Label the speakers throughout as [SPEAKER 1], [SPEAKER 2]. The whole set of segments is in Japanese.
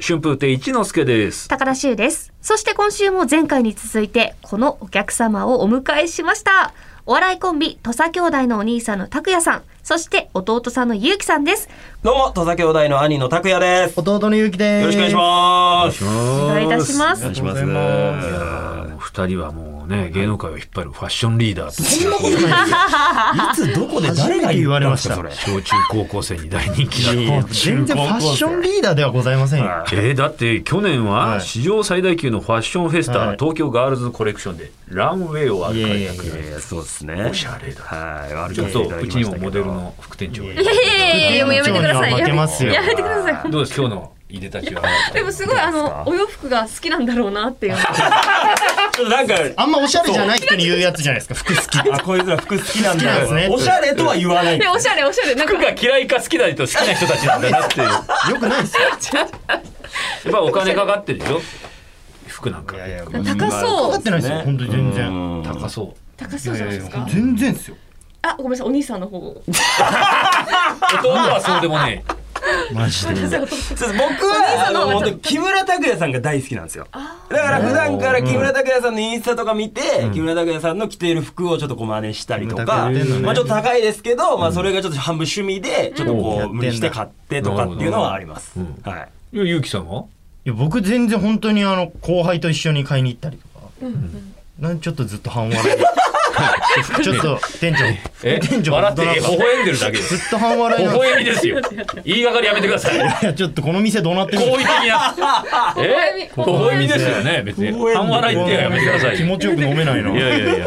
[SPEAKER 1] 春風亭一之輔です。
[SPEAKER 2] 高田修です。そして今週も前回に続いて、このお客様をお迎えしました。お笑いコンビ、土佐兄弟のお兄さんの拓也さん、そして弟さんのゆうきさんです。
[SPEAKER 3] どうも、戸田兄弟の兄の拓也です。よ
[SPEAKER 4] 弟のゆうきです。
[SPEAKER 3] ろしくお願いします。
[SPEAKER 2] お願いいたします。
[SPEAKER 4] しますお願いしま
[SPEAKER 1] お二人はもうね、芸能界を引っ張るファッションリーダーとして、
[SPEAKER 3] いつどこで
[SPEAKER 4] 初
[SPEAKER 3] 誰
[SPEAKER 4] め
[SPEAKER 3] が
[SPEAKER 4] て言われました
[SPEAKER 3] 言ったんですか
[SPEAKER 1] 小中高校生に大人気だ
[SPEAKER 4] もう全然ファッションリーダーではございませんよ。
[SPEAKER 1] えー、だって去年
[SPEAKER 4] は
[SPEAKER 1] はい史上最大級のファッションフェスタ、
[SPEAKER 4] はい
[SPEAKER 1] 東京ガールズコレクションでランウェイを歩か
[SPEAKER 4] いやい
[SPEAKER 1] れ
[SPEAKER 4] や
[SPEAKER 1] た
[SPEAKER 4] い
[SPEAKER 1] く
[SPEAKER 3] それいやいやそうですね。
[SPEAKER 1] おしゃれだ
[SPEAKER 3] はい、悪
[SPEAKER 1] ちょっとうちにもモデルの副店長がいる
[SPEAKER 2] いやいやいや、もうやめてください。
[SPEAKER 4] 店長には負けますよ
[SPEAKER 2] やめやめてくださ
[SPEAKER 1] どうです今日のいでたちは
[SPEAKER 2] い。 でもすごい、あの、お洋服が好きなんだろうなっていう。
[SPEAKER 3] ちょっとなんか、
[SPEAKER 4] あんまおしゃれじゃない人に言うやつじゃないですか、服好き。
[SPEAKER 3] あ、こいつら服好きなん
[SPEAKER 4] 好きなんです
[SPEAKER 3] だ。
[SPEAKER 4] ね
[SPEAKER 3] おしゃれとは言わない
[SPEAKER 2] で、。おしゃれ、おしゃれ、なんか
[SPEAKER 1] 服。が嫌いか好きだと好きな人たちなんだなっていうやっ
[SPEAKER 4] よくないですよ。
[SPEAKER 1] ぱお金かかってるでしょ服なんか
[SPEAKER 4] いやいや、か
[SPEAKER 2] 高そ
[SPEAKER 4] か
[SPEAKER 2] う
[SPEAKER 4] ってないですよ、本当に全然。
[SPEAKER 3] うん
[SPEAKER 1] 高そう
[SPEAKER 2] 高そうじゃないですか
[SPEAKER 4] 全然ですよ。
[SPEAKER 2] あごめんなさいお兄さんの方
[SPEAKER 1] 弟はそうでもね
[SPEAKER 4] マジで。
[SPEAKER 3] ちょっと僕は、あの、本当に木村拓哉さんが大好きなんですよ。だから普段から木村拓哉さんのインスタとか見て、木村拓哉さんの着ている服をちょっとこう真似したりとか、
[SPEAKER 4] 木村拓哉やってんのね
[SPEAKER 3] まあちょっと高いですけど、まあそれがちょっと半分趣味で、ちょっとこう無理して買ってとかっていうのはあります。はい。
[SPEAKER 1] えゆうきさんはい
[SPEAKER 4] や、僕全然本当にあの、後輩と一緒に買いに行ったりとか。なんちょっとずっと半笑い。ちょっと、店
[SPEAKER 1] え
[SPEAKER 4] 長。店長、
[SPEAKER 1] 笑って
[SPEAKER 4] 大
[SPEAKER 1] 微
[SPEAKER 4] 人が
[SPEAKER 1] 笑んでるだけで
[SPEAKER 4] ず
[SPEAKER 1] す
[SPEAKER 4] っと半笑
[SPEAKER 1] 微
[SPEAKER 4] いなんです
[SPEAKER 1] 笑みですよ言いがかりやめてください
[SPEAKER 4] いや、ちょっとこの店どうなってるん
[SPEAKER 1] 好
[SPEAKER 4] で
[SPEAKER 1] 意的なえ微
[SPEAKER 2] 微
[SPEAKER 1] 笑
[SPEAKER 2] 笑
[SPEAKER 1] み
[SPEAKER 2] み
[SPEAKER 1] ですよね別に半笑
[SPEAKER 4] す
[SPEAKER 1] い
[SPEAKER 4] か
[SPEAKER 1] ってやめてください
[SPEAKER 4] 気持ちよく飲めないな。
[SPEAKER 1] いやいやいや、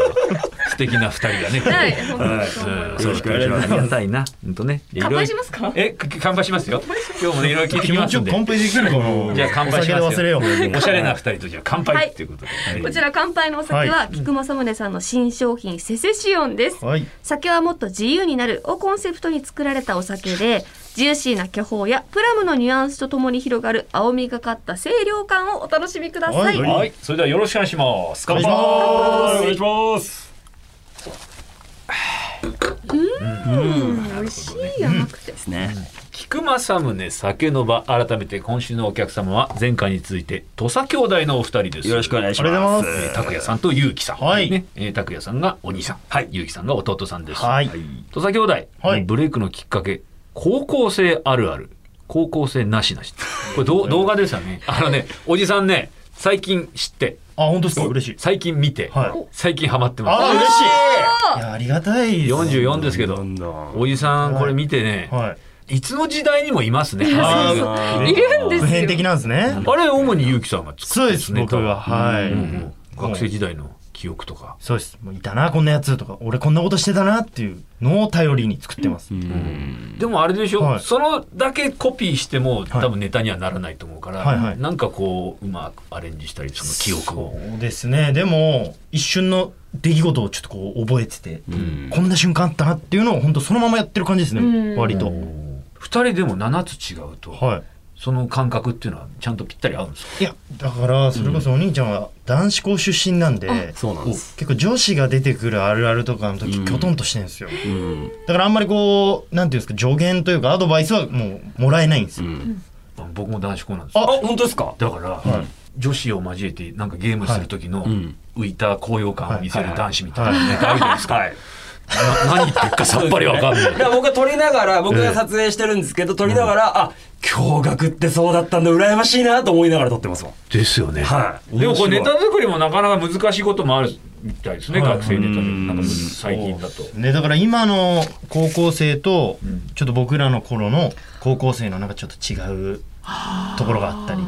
[SPEAKER 1] 素敵な二人だね。
[SPEAKER 2] はい
[SPEAKER 1] え
[SPEAKER 2] 本当にそう思い
[SPEAKER 1] ー
[SPEAKER 2] ま
[SPEAKER 1] そうですね。ありがたいな。本当ね。いろい
[SPEAKER 2] 乾
[SPEAKER 1] ろ
[SPEAKER 2] 杯しますか
[SPEAKER 1] え、か乾杯しますよ。今日もね、いろいろ聞いて
[SPEAKER 4] 気
[SPEAKER 1] き
[SPEAKER 4] 持
[SPEAKER 1] ま
[SPEAKER 4] ち
[SPEAKER 1] す
[SPEAKER 4] よ
[SPEAKER 1] ん
[SPEAKER 4] く
[SPEAKER 1] で。
[SPEAKER 4] 乾杯できるかな。
[SPEAKER 1] じゃあ乾杯しますよ
[SPEAKER 4] お酒で忘れよう。
[SPEAKER 1] おしゃれな二人とじゃあ乾杯っていうことで。
[SPEAKER 2] こちら乾杯のお酒は菊正宗さんの新商品セセシオンです
[SPEAKER 4] はい。
[SPEAKER 2] 酒はもっと自由になるをコンセプトに作られたお酒でジューシーな巨峰やプラムのニュアンスとともに広がる青みがかった清涼感をお楽しみください、
[SPEAKER 4] はい
[SPEAKER 1] はい、それではよろしくお願いします。乾杯。
[SPEAKER 4] お願いし
[SPEAKER 1] 願いします。
[SPEAKER 2] 美味しい甘くて、
[SPEAKER 3] ですね。
[SPEAKER 1] 菊正宗酒の場改めて今週のお客様は前回に続いて土佐兄弟のお二人です。
[SPEAKER 3] よろしくお願いします。
[SPEAKER 4] ありがとうございます
[SPEAKER 1] えー拓也さんと結城さん、
[SPEAKER 4] はい
[SPEAKER 1] ね、えー拓也さんがお兄さん、はい、結城さんが弟さんです。
[SPEAKER 4] はい。
[SPEAKER 1] 土佐兄弟、
[SPEAKER 4] はい
[SPEAKER 1] ブレイクのきっかけ高校生あるある高校生なしなしこれど う動画ですよねあのねおじさんね最近知って
[SPEAKER 4] あ、本当ですか。嬉しい。
[SPEAKER 1] 最近見て、
[SPEAKER 4] はい
[SPEAKER 1] 最近ハマって
[SPEAKER 4] あ、
[SPEAKER 1] ま
[SPEAKER 4] 嬉し
[SPEAKER 2] あ
[SPEAKER 4] い。いや、ありがたいです。
[SPEAKER 1] 44ですけど
[SPEAKER 3] どんどん
[SPEAKER 1] おじさん
[SPEAKER 4] はい
[SPEAKER 1] これ見てね、、
[SPEAKER 4] はい
[SPEAKER 1] つの時代にもいますね
[SPEAKER 4] や
[SPEAKER 1] 俳優が
[SPEAKER 4] い。
[SPEAKER 2] いるんです
[SPEAKER 4] 普
[SPEAKER 2] よ
[SPEAKER 4] 遍的なんですね。
[SPEAKER 1] あれ主に結城さんが
[SPEAKER 4] そ
[SPEAKER 1] 作
[SPEAKER 4] う
[SPEAKER 1] っ
[SPEAKER 4] で
[SPEAKER 1] て
[SPEAKER 4] す。僕は。はい
[SPEAKER 1] 多分うんうん。学生時代の記憶とか
[SPEAKER 4] そうです。もういたな、こんなやつとか、俺こんなことしてたなっていうのを頼りに作ってます。
[SPEAKER 1] でもあれでしょ、
[SPEAKER 4] はい
[SPEAKER 1] そのだけコピーしても多分ネタにはならないと思うから、
[SPEAKER 4] はいはい
[SPEAKER 1] なんかこううまくアレンジしたりその記憶を
[SPEAKER 4] そうですね。でも、一瞬の出来事をちょっとこう覚えてて、こんな瞬間あったなっていうのを本当そのままやってる感じです
[SPEAKER 2] うん
[SPEAKER 4] ね。割と。
[SPEAKER 1] 二人でも7つ違うと、
[SPEAKER 4] はい。
[SPEAKER 1] その感覚っていうのはちゃんとぴったり合うんですか
[SPEAKER 4] いやだからそれこそお兄ちゃんは男子校出身なんで、
[SPEAKER 3] そうなんです。
[SPEAKER 4] 結構女子が出てくるあるあるとかの時、
[SPEAKER 3] ん
[SPEAKER 4] きょとんとしてるんですよ
[SPEAKER 3] うん。
[SPEAKER 4] だからあんまりこうなんていうんですか助言というかアドバイスはもうもらえないんですよ、
[SPEAKER 1] 僕も男子校なんです
[SPEAKER 3] あ、
[SPEAKER 1] よ
[SPEAKER 3] 本当ですか
[SPEAKER 1] だから、女子を交えてなんかゲームする時の
[SPEAKER 3] ん
[SPEAKER 1] 浮いた高揚感を見せる男子みたいな、
[SPEAKER 4] はい
[SPEAKER 1] ネタあるじ ゃないですか、
[SPEAKER 3] はい。
[SPEAKER 1] な何言ってるかさっぱりわかんない、
[SPEAKER 3] だから僕は撮りながら、僕が撮影してるんですけど、撮りながら、あ、驚愕ってそうだったんだ、羨ましいなと思いながら撮ってますもん。
[SPEAKER 1] ですよね、
[SPEAKER 3] はい。
[SPEAKER 1] でもこれネ
[SPEAKER 3] 面白い
[SPEAKER 1] タ作りもなかなか難しいこともあるみたいですね、
[SPEAKER 4] はい
[SPEAKER 1] 学生ネタで
[SPEAKER 3] うん
[SPEAKER 1] なんか最近だと
[SPEAKER 4] ね、だから今の高校生とちょっと僕らの頃の高校生のなんかちょっと違うところがあったり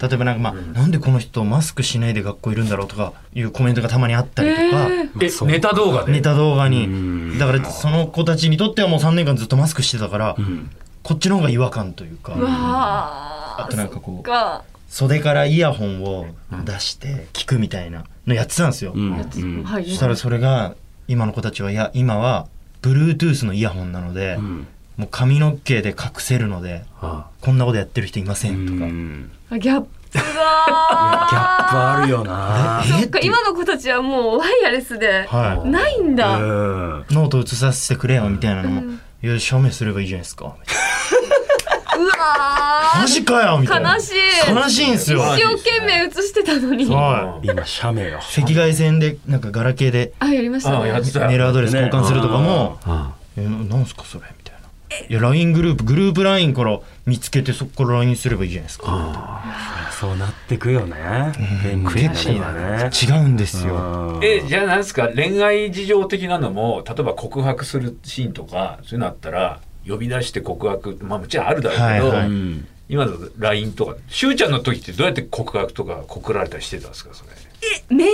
[SPEAKER 4] 例えばなんか、まあなんでこの人マスクしないで学校いるんだろうとかいうコメントがたまにあったりとか、
[SPEAKER 1] えネタ動画で
[SPEAKER 4] ネタ動画にだからその子たちにとってはもう3年間ずっとマスクしてたから、こっちの方が違和感という
[SPEAKER 2] う
[SPEAKER 4] か
[SPEAKER 2] わ
[SPEAKER 4] あとなんかこう
[SPEAKER 2] が
[SPEAKER 4] 袖からイヤホンを出して聞くみたいなのやってたんですよ、
[SPEAKER 3] うん
[SPEAKER 2] はい
[SPEAKER 4] そしたらそれが今の子たちはいや今は Bluetooth のイヤホンなので、もう髪の毛で隠せるので
[SPEAKER 1] あ
[SPEAKER 4] こんなことやってる人いませんとか、
[SPEAKER 3] うん
[SPEAKER 2] あギャップが
[SPEAKER 3] ギャップあるよな
[SPEAKER 4] え
[SPEAKER 2] そっか今の子たちはもうワイヤレスで
[SPEAKER 4] はい
[SPEAKER 2] ないんだ、
[SPEAKER 3] うん
[SPEAKER 4] ノート写させてくれよみたいなのも、
[SPEAKER 2] うん
[SPEAKER 4] いや証明すればいいじゃないですか
[SPEAKER 2] うわ
[SPEAKER 4] マジかよみたいな
[SPEAKER 2] 悲しい
[SPEAKER 4] 悲しいんですよ
[SPEAKER 2] ー一生懸命映してたのに。
[SPEAKER 4] は
[SPEAKER 3] 今写メよ
[SPEAKER 4] い赤外線でなんかガラケーで
[SPEAKER 2] あ、やりましたね。
[SPEAKER 4] メールアドレス交換するとかも
[SPEAKER 1] うん
[SPEAKER 4] 「えななんすかそれ」みたいな「いや LINE グループグループ LINE から見つけてそこから LINE すればいいじゃないですか
[SPEAKER 3] そうなってくよね
[SPEAKER 4] 悔しいな違うんですよ
[SPEAKER 1] えじゃあなんですか恋愛事情的なのも例えば告白するシーンとかそういうのあったら呼び出して告白まあもちろんあるだろうけど、
[SPEAKER 4] はいはい
[SPEAKER 3] うん
[SPEAKER 1] 今の LINE とかしゅうちゃんの時ってどうやって告白とか告られたりしてたんですかそれ
[SPEAKER 2] えメール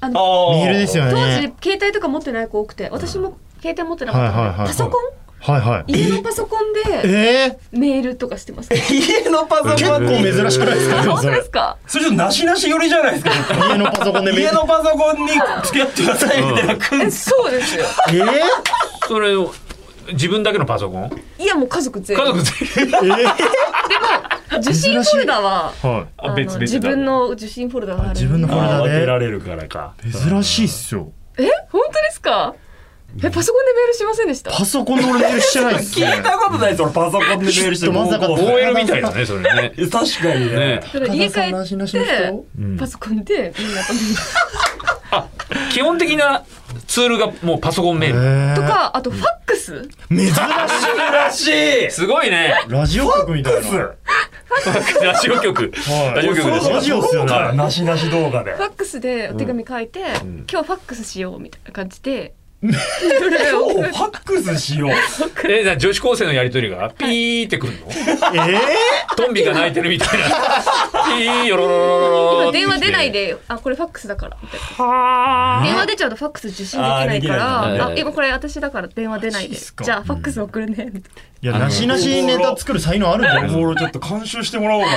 [SPEAKER 2] あの
[SPEAKER 4] メールですよ
[SPEAKER 2] 当
[SPEAKER 4] ね
[SPEAKER 2] 時携帯とか持ってない子多くて、私も携帯持ってなかった
[SPEAKER 4] はい
[SPEAKER 2] か
[SPEAKER 4] は
[SPEAKER 2] ら。
[SPEAKER 4] いはいは
[SPEAKER 2] パ
[SPEAKER 4] い
[SPEAKER 2] ソコン
[SPEAKER 4] はいはい
[SPEAKER 2] 家のパソコンで
[SPEAKER 4] え
[SPEAKER 2] メールとかしてます。
[SPEAKER 3] 家のパソコン
[SPEAKER 4] ー、結構珍しくないですか
[SPEAKER 2] 本
[SPEAKER 4] そ
[SPEAKER 2] 当で
[SPEAKER 4] れ
[SPEAKER 2] すか。
[SPEAKER 3] それちょっとなしなし寄りじゃないですか
[SPEAKER 4] 家のパソコンでメ
[SPEAKER 3] 家
[SPEAKER 4] ール
[SPEAKER 3] のパソコンに付き合ってくださいみたいな来る
[SPEAKER 2] えそうですよ。
[SPEAKER 4] えー、
[SPEAKER 1] それを自分だけのパソコン
[SPEAKER 2] いやもう家族全
[SPEAKER 1] 家
[SPEAKER 2] 員。
[SPEAKER 1] 族全員
[SPEAKER 2] でも受信フォルダは。
[SPEAKER 4] は
[SPEAKER 1] あ
[SPEAKER 2] あの
[SPEAKER 1] 別々だ
[SPEAKER 2] 自分の受信フォルダがある
[SPEAKER 4] あ自分のフォルダ
[SPEAKER 3] あー
[SPEAKER 4] ね
[SPEAKER 3] 分けられるから か
[SPEAKER 4] い珍しいっすよ
[SPEAKER 2] え本当ですかえパソコンでメールしませんでした
[SPEAKER 4] パソコンの俺メールしてないっす
[SPEAKER 3] 聞い
[SPEAKER 4] ね
[SPEAKER 3] たことないです俺パソコンでメールして
[SPEAKER 4] ちょっとまさか
[SPEAKER 3] 高校生
[SPEAKER 1] OL みたいだねそれね
[SPEAKER 3] え確かにね
[SPEAKER 1] ね
[SPEAKER 2] だから家帰
[SPEAKER 4] 高田さんなしなしの
[SPEAKER 2] って
[SPEAKER 4] 人
[SPEAKER 2] パソコンでみんなと
[SPEAKER 1] 基本的なツールがもうパソコンメール、
[SPEAKER 4] え
[SPEAKER 2] とかあとファックス、
[SPEAKER 4] 珍しい
[SPEAKER 3] らしい
[SPEAKER 1] すごいね
[SPEAKER 4] ラジオ局みたいな
[SPEAKER 1] ラジオ局、
[SPEAKER 4] はい
[SPEAKER 1] ラジオ局です
[SPEAKER 4] ラジオっすよね
[SPEAKER 3] なしなし動画で
[SPEAKER 2] ファックスでお手紙書いて、今日ファックスしようみたいな感じで、それを
[SPEAKER 3] 今日ファックスしよう
[SPEAKER 1] えじゃあ女子高生のやりとりがピーってくるの
[SPEAKER 4] え
[SPEAKER 1] トンビが鳴いてるみた いな。ピーよろろろろろ
[SPEAKER 2] 今
[SPEAKER 1] って
[SPEAKER 2] 電話出ないであこれファックスだからみたいな電話出ちゃうとファックス受信できないから
[SPEAKER 3] あ
[SPEAKER 1] ーできない
[SPEAKER 2] あ今これ私だから電話出ない
[SPEAKER 4] マジ
[SPEAKER 2] で
[SPEAKER 4] っすか
[SPEAKER 2] じゃあファックス送るねみたい
[SPEAKER 4] いやなしなしネタ作る才能あるんじゃないですか
[SPEAKER 3] 俺ちょっと監修してもらおうか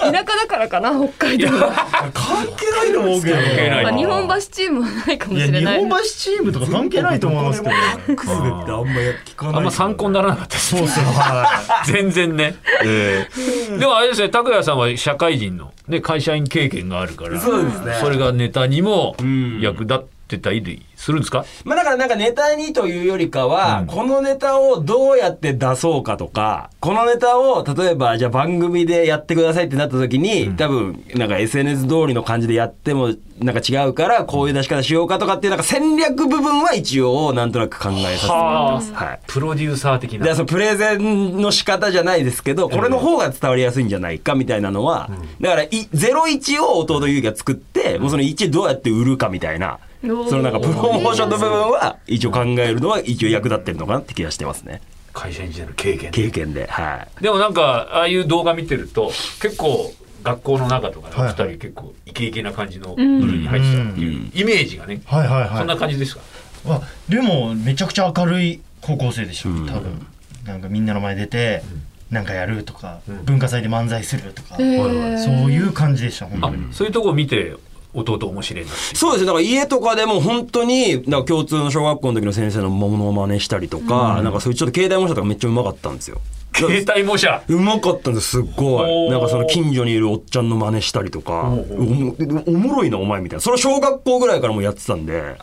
[SPEAKER 3] な
[SPEAKER 4] ね
[SPEAKER 2] な田舎だからかな北海道
[SPEAKER 3] 関係ないと思うけど
[SPEAKER 1] 係ない
[SPEAKER 2] ま
[SPEAKER 1] な
[SPEAKER 2] あ日本橋チームはないかも
[SPEAKER 4] いや
[SPEAKER 2] しれ
[SPEAKER 4] 日
[SPEAKER 2] ない
[SPEAKER 4] 本橋チームとか関係ないと思いますけどね
[SPEAKER 3] ファックスでってあんま聞かない
[SPEAKER 1] あんま参考にならなかったです。
[SPEAKER 4] そうっすよは
[SPEAKER 1] 全然ね。ええでもあれですね、拓也さんは社会人の、ね、会社員経験があるから、
[SPEAKER 3] そうですね
[SPEAKER 1] それがネタにも
[SPEAKER 3] ん
[SPEAKER 1] 役立ってたりするんですか、
[SPEAKER 3] まあだからなんかネタにというよりかは、このネタをどうやって出そうかとか、このネタを例えばじゃあ番組でやってくださいってなった時に、多分なんか SNS 通りの感じでやってもなんか違うから、こういう出し方しようかとかっていうなんか戦略部分は一応なんとなく考えさせてもらってます。はい。
[SPEAKER 1] プロデューサー的
[SPEAKER 3] で
[SPEAKER 1] な。
[SPEAKER 3] そのプレゼンの仕方じゃないですけど、これの方が伝わりやすいんじゃないかみたいなのは、だからい01を弟優輝が作って、もうその1どうやって売るかみたいな、そ
[SPEAKER 2] おー
[SPEAKER 3] のなんかプロモーションの部分は一応考えるのは一応役立ってるのかなって気がしてますね。
[SPEAKER 1] 会社員時代の経験。
[SPEAKER 3] 経験で。はい。
[SPEAKER 1] でもなんか、ああいう動画見てると、結構、学校の中とかで、
[SPEAKER 4] は
[SPEAKER 1] お
[SPEAKER 4] い
[SPEAKER 1] 二人結構イケイケな感じの部類に入ってたっていうイメージがね、
[SPEAKER 4] いはい
[SPEAKER 1] そんな
[SPEAKER 4] は
[SPEAKER 1] 感じですか
[SPEAKER 4] いわでもめちゃくちゃ明るい高校生でしょ多分なんかみんなの前出てなんかやるとか文化祭で漫才するとかそう
[SPEAKER 2] へー
[SPEAKER 4] いう感じでした本当
[SPEAKER 1] あ
[SPEAKER 4] に、
[SPEAKER 1] そういうとこ見て、弟面白いなって。
[SPEAKER 3] そうですね。だから家とかでも本当に、なんか共通の小学校の時の先生のものを真似したりとか、なんかそういうちょっと携帯模写とかめっちゃうまかったんですよ。
[SPEAKER 1] 携帯模写
[SPEAKER 3] うまかったんです、すっご
[SPEAKER 1] おー
[SPEAKER 3] い。なんかその近所にいるおっちゃんの真似したりとか、おもおもろいな、お前みたいな。それは小学校ぐらいからもやってたんで、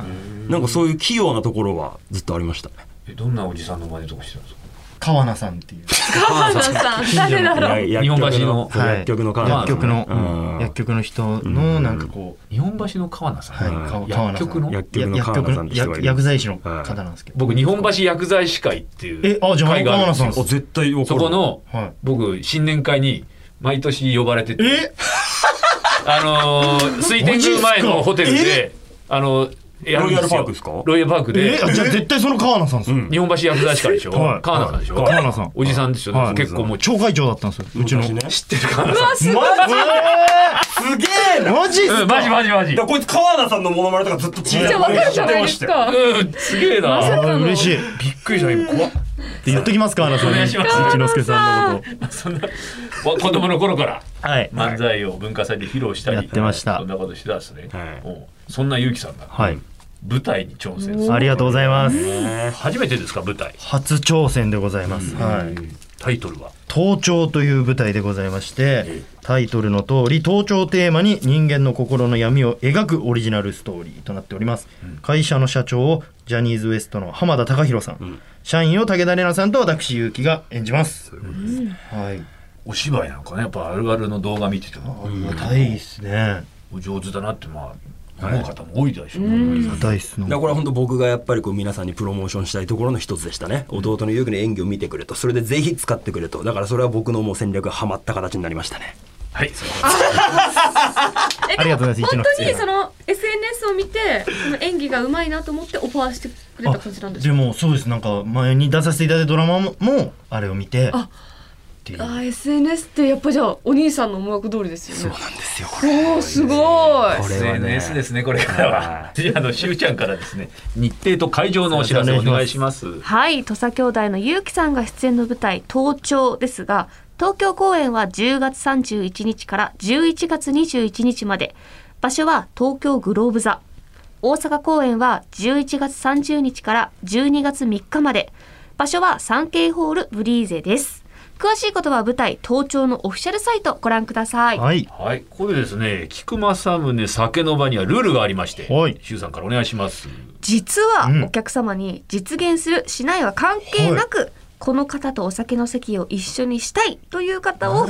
[SPEAKER 3] なんかそういう器用なところはずっとありま したね。
[SPEAKER 1] えどんなおじさんの真似とかしてたんですか
[SPEAKER 4] 川名さんっていう
[SPEAKER 2] 川名さん誰だろう
[SPEAKER 3] や
[SPEAKER 1] 日本
[SPEAKER 3] 薬局
[SPEAKER 1] 橋の
[SPEAKER 3] そう薬局の
[SPEAKER 4] は
[SPEAKER 3] 彼
[SPEAKER 4] い
[SPEAKER 3] 女
[SPEAKER 4] 薬局の、
[SPEAKER 3] うん
[SPEAKER 4] うん薬局の人のなんかこ
[SPEAKER 1] 日本橋の川名さん、
[SPEAKER 4] う、はい川川名
[SPEAKER 1] 薬
[SPEAKER 4] さん
[SPEAKER 1] 局の
[SPEAKER 3] 薬
[SPEAKER 4] や
[SPEAKER 3] 局の
[SPEAKER 4] 薬
[SPEAKER 3] 川
[SPEAKER 4] 局
[SPEAKER 3] 名さんっ
[SPEAKER 4] の
[SPEAKER 3] て人がい
[SPEAKER 4] 薬
[SPEAKER 3] る
[SPEAKER 4] 薬剤師の方なんですけど、
[SPEAKER 1] 僕日本橋薬剤師会っていう
[SPEAKER 4] えあじゃあ
[SPEAKER 1] 会があるんですよ
[SPEAKER 4] 川名さん
[SPEAKER 3] あ絶対怒る
[SPEAKER 1] そこの、
[SPEAKER 4] はい
[SPEAKER 1] 僕新年会に毎年呼ばれてて
[SPEAKER 4] え
[SPEAKER 1] あのー水天宮前のホテル
[SPEAKER 4] マジっ
[SPEAKER 1] であのやるんですよ
[SPEAKER 3] ロイヤルパークですか
[SPEAKER 1] ロイヤルパーク
[SPEAKER 4] え
[SPEAKER 1] で
[SPEAKER 4] あじゃあ絶対その川名さんですよ、
[SPEAKER 1] 日本橋薬剤師会でしょ、
[SPEAKER 4] はい
[SPEAKER 1] 川名さんでしょ、
[SPEAKER 4] はい川名さん
[SPEAKER 1] おじさんですよ、
[SPEAKER 4] はい
[SPEAKER 1] 結構もうちょ
[SPEAKER 4] 町会長だったんですようちの、
[SPEAKER 3] 昔ね
[SPEAKER 1] 知ってる川名さん
[SPEAKER 2] あすごい
[SPEAKER 3] すげえな
[SPEAKER 4] マジっすか、
[SPEAKER 1] うんマジマジマジ
[SPEAKER 3] だからこいつ川田さんのモノマネとかずっとち
[SPEAKER 2] じゃあわかるじゃないですか
[SPEAKER 1] うんすげえな、
[SPEAKER 2] まさか
[SPEAKER 4] あ
[SPEAKER 2] の
[SPEAKER 4] 嬉しいって
[SPEAKER 1] びっくりした今怖っ
[SPEAKER 4] 言っときますか川名さん
[SPEAKER 1] お願いします
[SPEAKER 4] 一之輔さんのこ
[SPEAKER 1] そんなわ子供の頃から
[SPEAKER 4] とはい
[SPEAKER 1] 漫才を文化祭で披露したり、
[SPEAKER 4] やってました
[SPEAKER 1] そんなことしてたんですね、
[SPEAKER 3] はい
[SPEAKER 1] もうそんな結城さんが
[SPEAKER 4] はい
[SPEAKER 1] 舞台に挑戦する
[SPEAKER 4] ありがとうございます
[SPEAKER 1] 初めてですか舞台
[SPEAKER 4] 初挑戦でございます、はい
[SPEAKER 1] タイトルは
[SPEAKER 4] 盗聴という舞台でございましてタイトルの通り盗聴をテーマに人間の心の闇を描くオリジナルストーリーとなっております、会社の社長をジャニーズ WEST の浜田貴弘さん、社員を武田玲奈さんと私結城が演じますはい
[SPEAKER 1] お芝居なんかねやっぱあるあるの動画見てても
[SPEAKER 4] 硬いっすね
[SPEAKER 1] お上手だなってまあ思う方も多いでしょうね、
[SPEAKER 4] 硬いっす
[SPEAKER 3] だからこれは本当僕がやっぱりこう皆さんにプロモーションしたいところの一つでしたね。弟の勇気の演技を見てくれと。それでぜひ使ってくれと。だからそれは僕のもう戦略がハマった形になりましたね。
[SPEAKER 1] はい
[SPEAKER 4] ありがとうございます
[SPEAKER 5] 本当に
[SPEAKER 4] 一
[SPEAKER 5] その SNS を見てその演技がうまいなと思ってオファーしてくれた感じなんです
[SPEAKER 4] でもそうですなんか前に出させていただいたドラマももあれを見てっていう
[SPEAKER 5] あー SNS ってやっぱじゃあお兄さんの思惑通りですよね
[SPEAKER 3] そうなんですよ、これ。
[SPEAKER 5] おおすごい
[SPEAKER 3] これはね
[SPEAKER 1] SNS ですねこれからはじゃああのしゅうちゃんからですね日程と会場のお知らせお願いします
[SPEAKER 2] はい土佐兄弟の結城さんが出演の舞台「盗聴」ですが東京公演は10月31日から11月21日まで場所は東京グローブ座大阪公演は11月30日から12月3日まで場所はサンケイホールブリーゼです詳しいことは舞台「盗聴」のオフィシャルサイトご覧ください
[SPEAKER 4] はい
[SPEAKER 1] はいこれですね菊正宗酒の場にはルールがありまして
[SPEAKER 4] はい
[SPEAKER 1] しゅうさんからお願いします
[SPEAKER 2] 実
[SPEAKER 4] うん
[SPEAKER 2] はお客様に実現するしないは関係なく、この方とお酒の席を一緒にしたいという方をお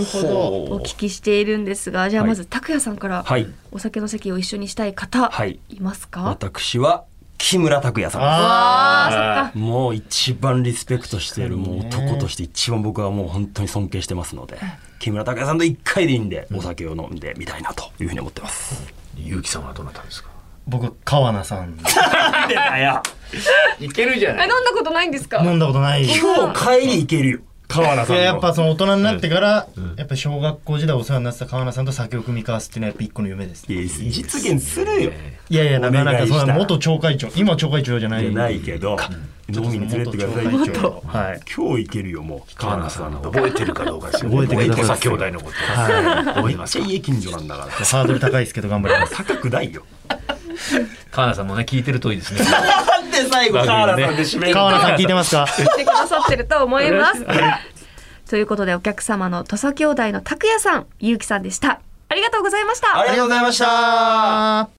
[SPEAKER 2] 聞きしているんですがじゃあまず拓也さんから
[SPEAKER 3] はい。
[SPEAKER 2] お酒の席を一緒にしたい方
[SPEAKER 3] はい
[SPEAKER 2] いますか、
[SPEAKER 3] 私は木村拓哉さんです。
[SPEAKER 4] あ
[SPEAKER 2] あー
[SPEAKER 3] もう一番リスペクトしているもう男として一番僕はもう本当に尊敬してますので木村拓哉さんと一回でいいんでお酒を飲んでみたいなというふうに思ってます。
[SPEAKER 1] ゆうきさんはどなたですか
[SPEAKER 4] 僕川名 さん
[SPEAKER 3] でだよ
[SPEAKER 1] いけるじゃ
[SPEAKER 5] え飲んだことないんですか
[SPEAKER 4] 飲んだことない
[SPEAKER 3] 今日帰り行けるよ川名
[SPEAKER 4] い
[SPEAKER 3] さん
[SPEAKER 4] や
[SPEAKER 3] の。
[SPEAKER 4] やっぱその大人になってから、やっぱ小学校時代お世話になってた川名さんと酒を組み交わすっていうのはやっぱ一個の夢です
[SPEAKER 3] い
[SPEAKER 4] い
[SPEAKER 3] や実現するよ。
[SPEAKER 4] やいやなかなかそ
[SPEAKER 3] お
[SPEAKER 4] ん
[SPEAKER 3] 願いし
[SPEAKER 4] な
[SPEAKER 3] た
[SPEAKER 4] 元町会長今町会長じゃない
[SPEAKER 3] じゃないけど飲みに連れてってくださいよ。
[SPEAKER 4] 元町会長はい
[SPEAKER 3] 今日行けるよもう
[SPEAKER 1] 川名さんの覚えてるかどうかですよね
[SPEAKER 4] 覚えてください
[SPEAKER 1] 土佐兄弟のこと
[SPEAKER 4] は
[SPEAKER 1] 覚え
[SPEAKER 3] め
[SPEAKER 1] てま
[SPEAKER 3] っ
[SPEAKER 1] す
[SPEAKER 3] ちゃ
[SPEAKER 1] か
[SPEAKER 3] 家近所なんだから
[SPEAKER 4] いハードル高いですけど頑張ります
[SPEAKER 3] 高くないよ。
[SPEAKER 1] 川名さんもね聞いてるといいですね
[SPEAKER 3] なんで最後川名さんで締める
[SPEAKER 4] 川名さん聞いてま すか
[SPEAKER 2] してくださってると思います。 ということでお客様の土佐兄弟の拓也さん、ゆうきさんでした。ありがとうございました。
[SPEAKER 3] ありがとうございました。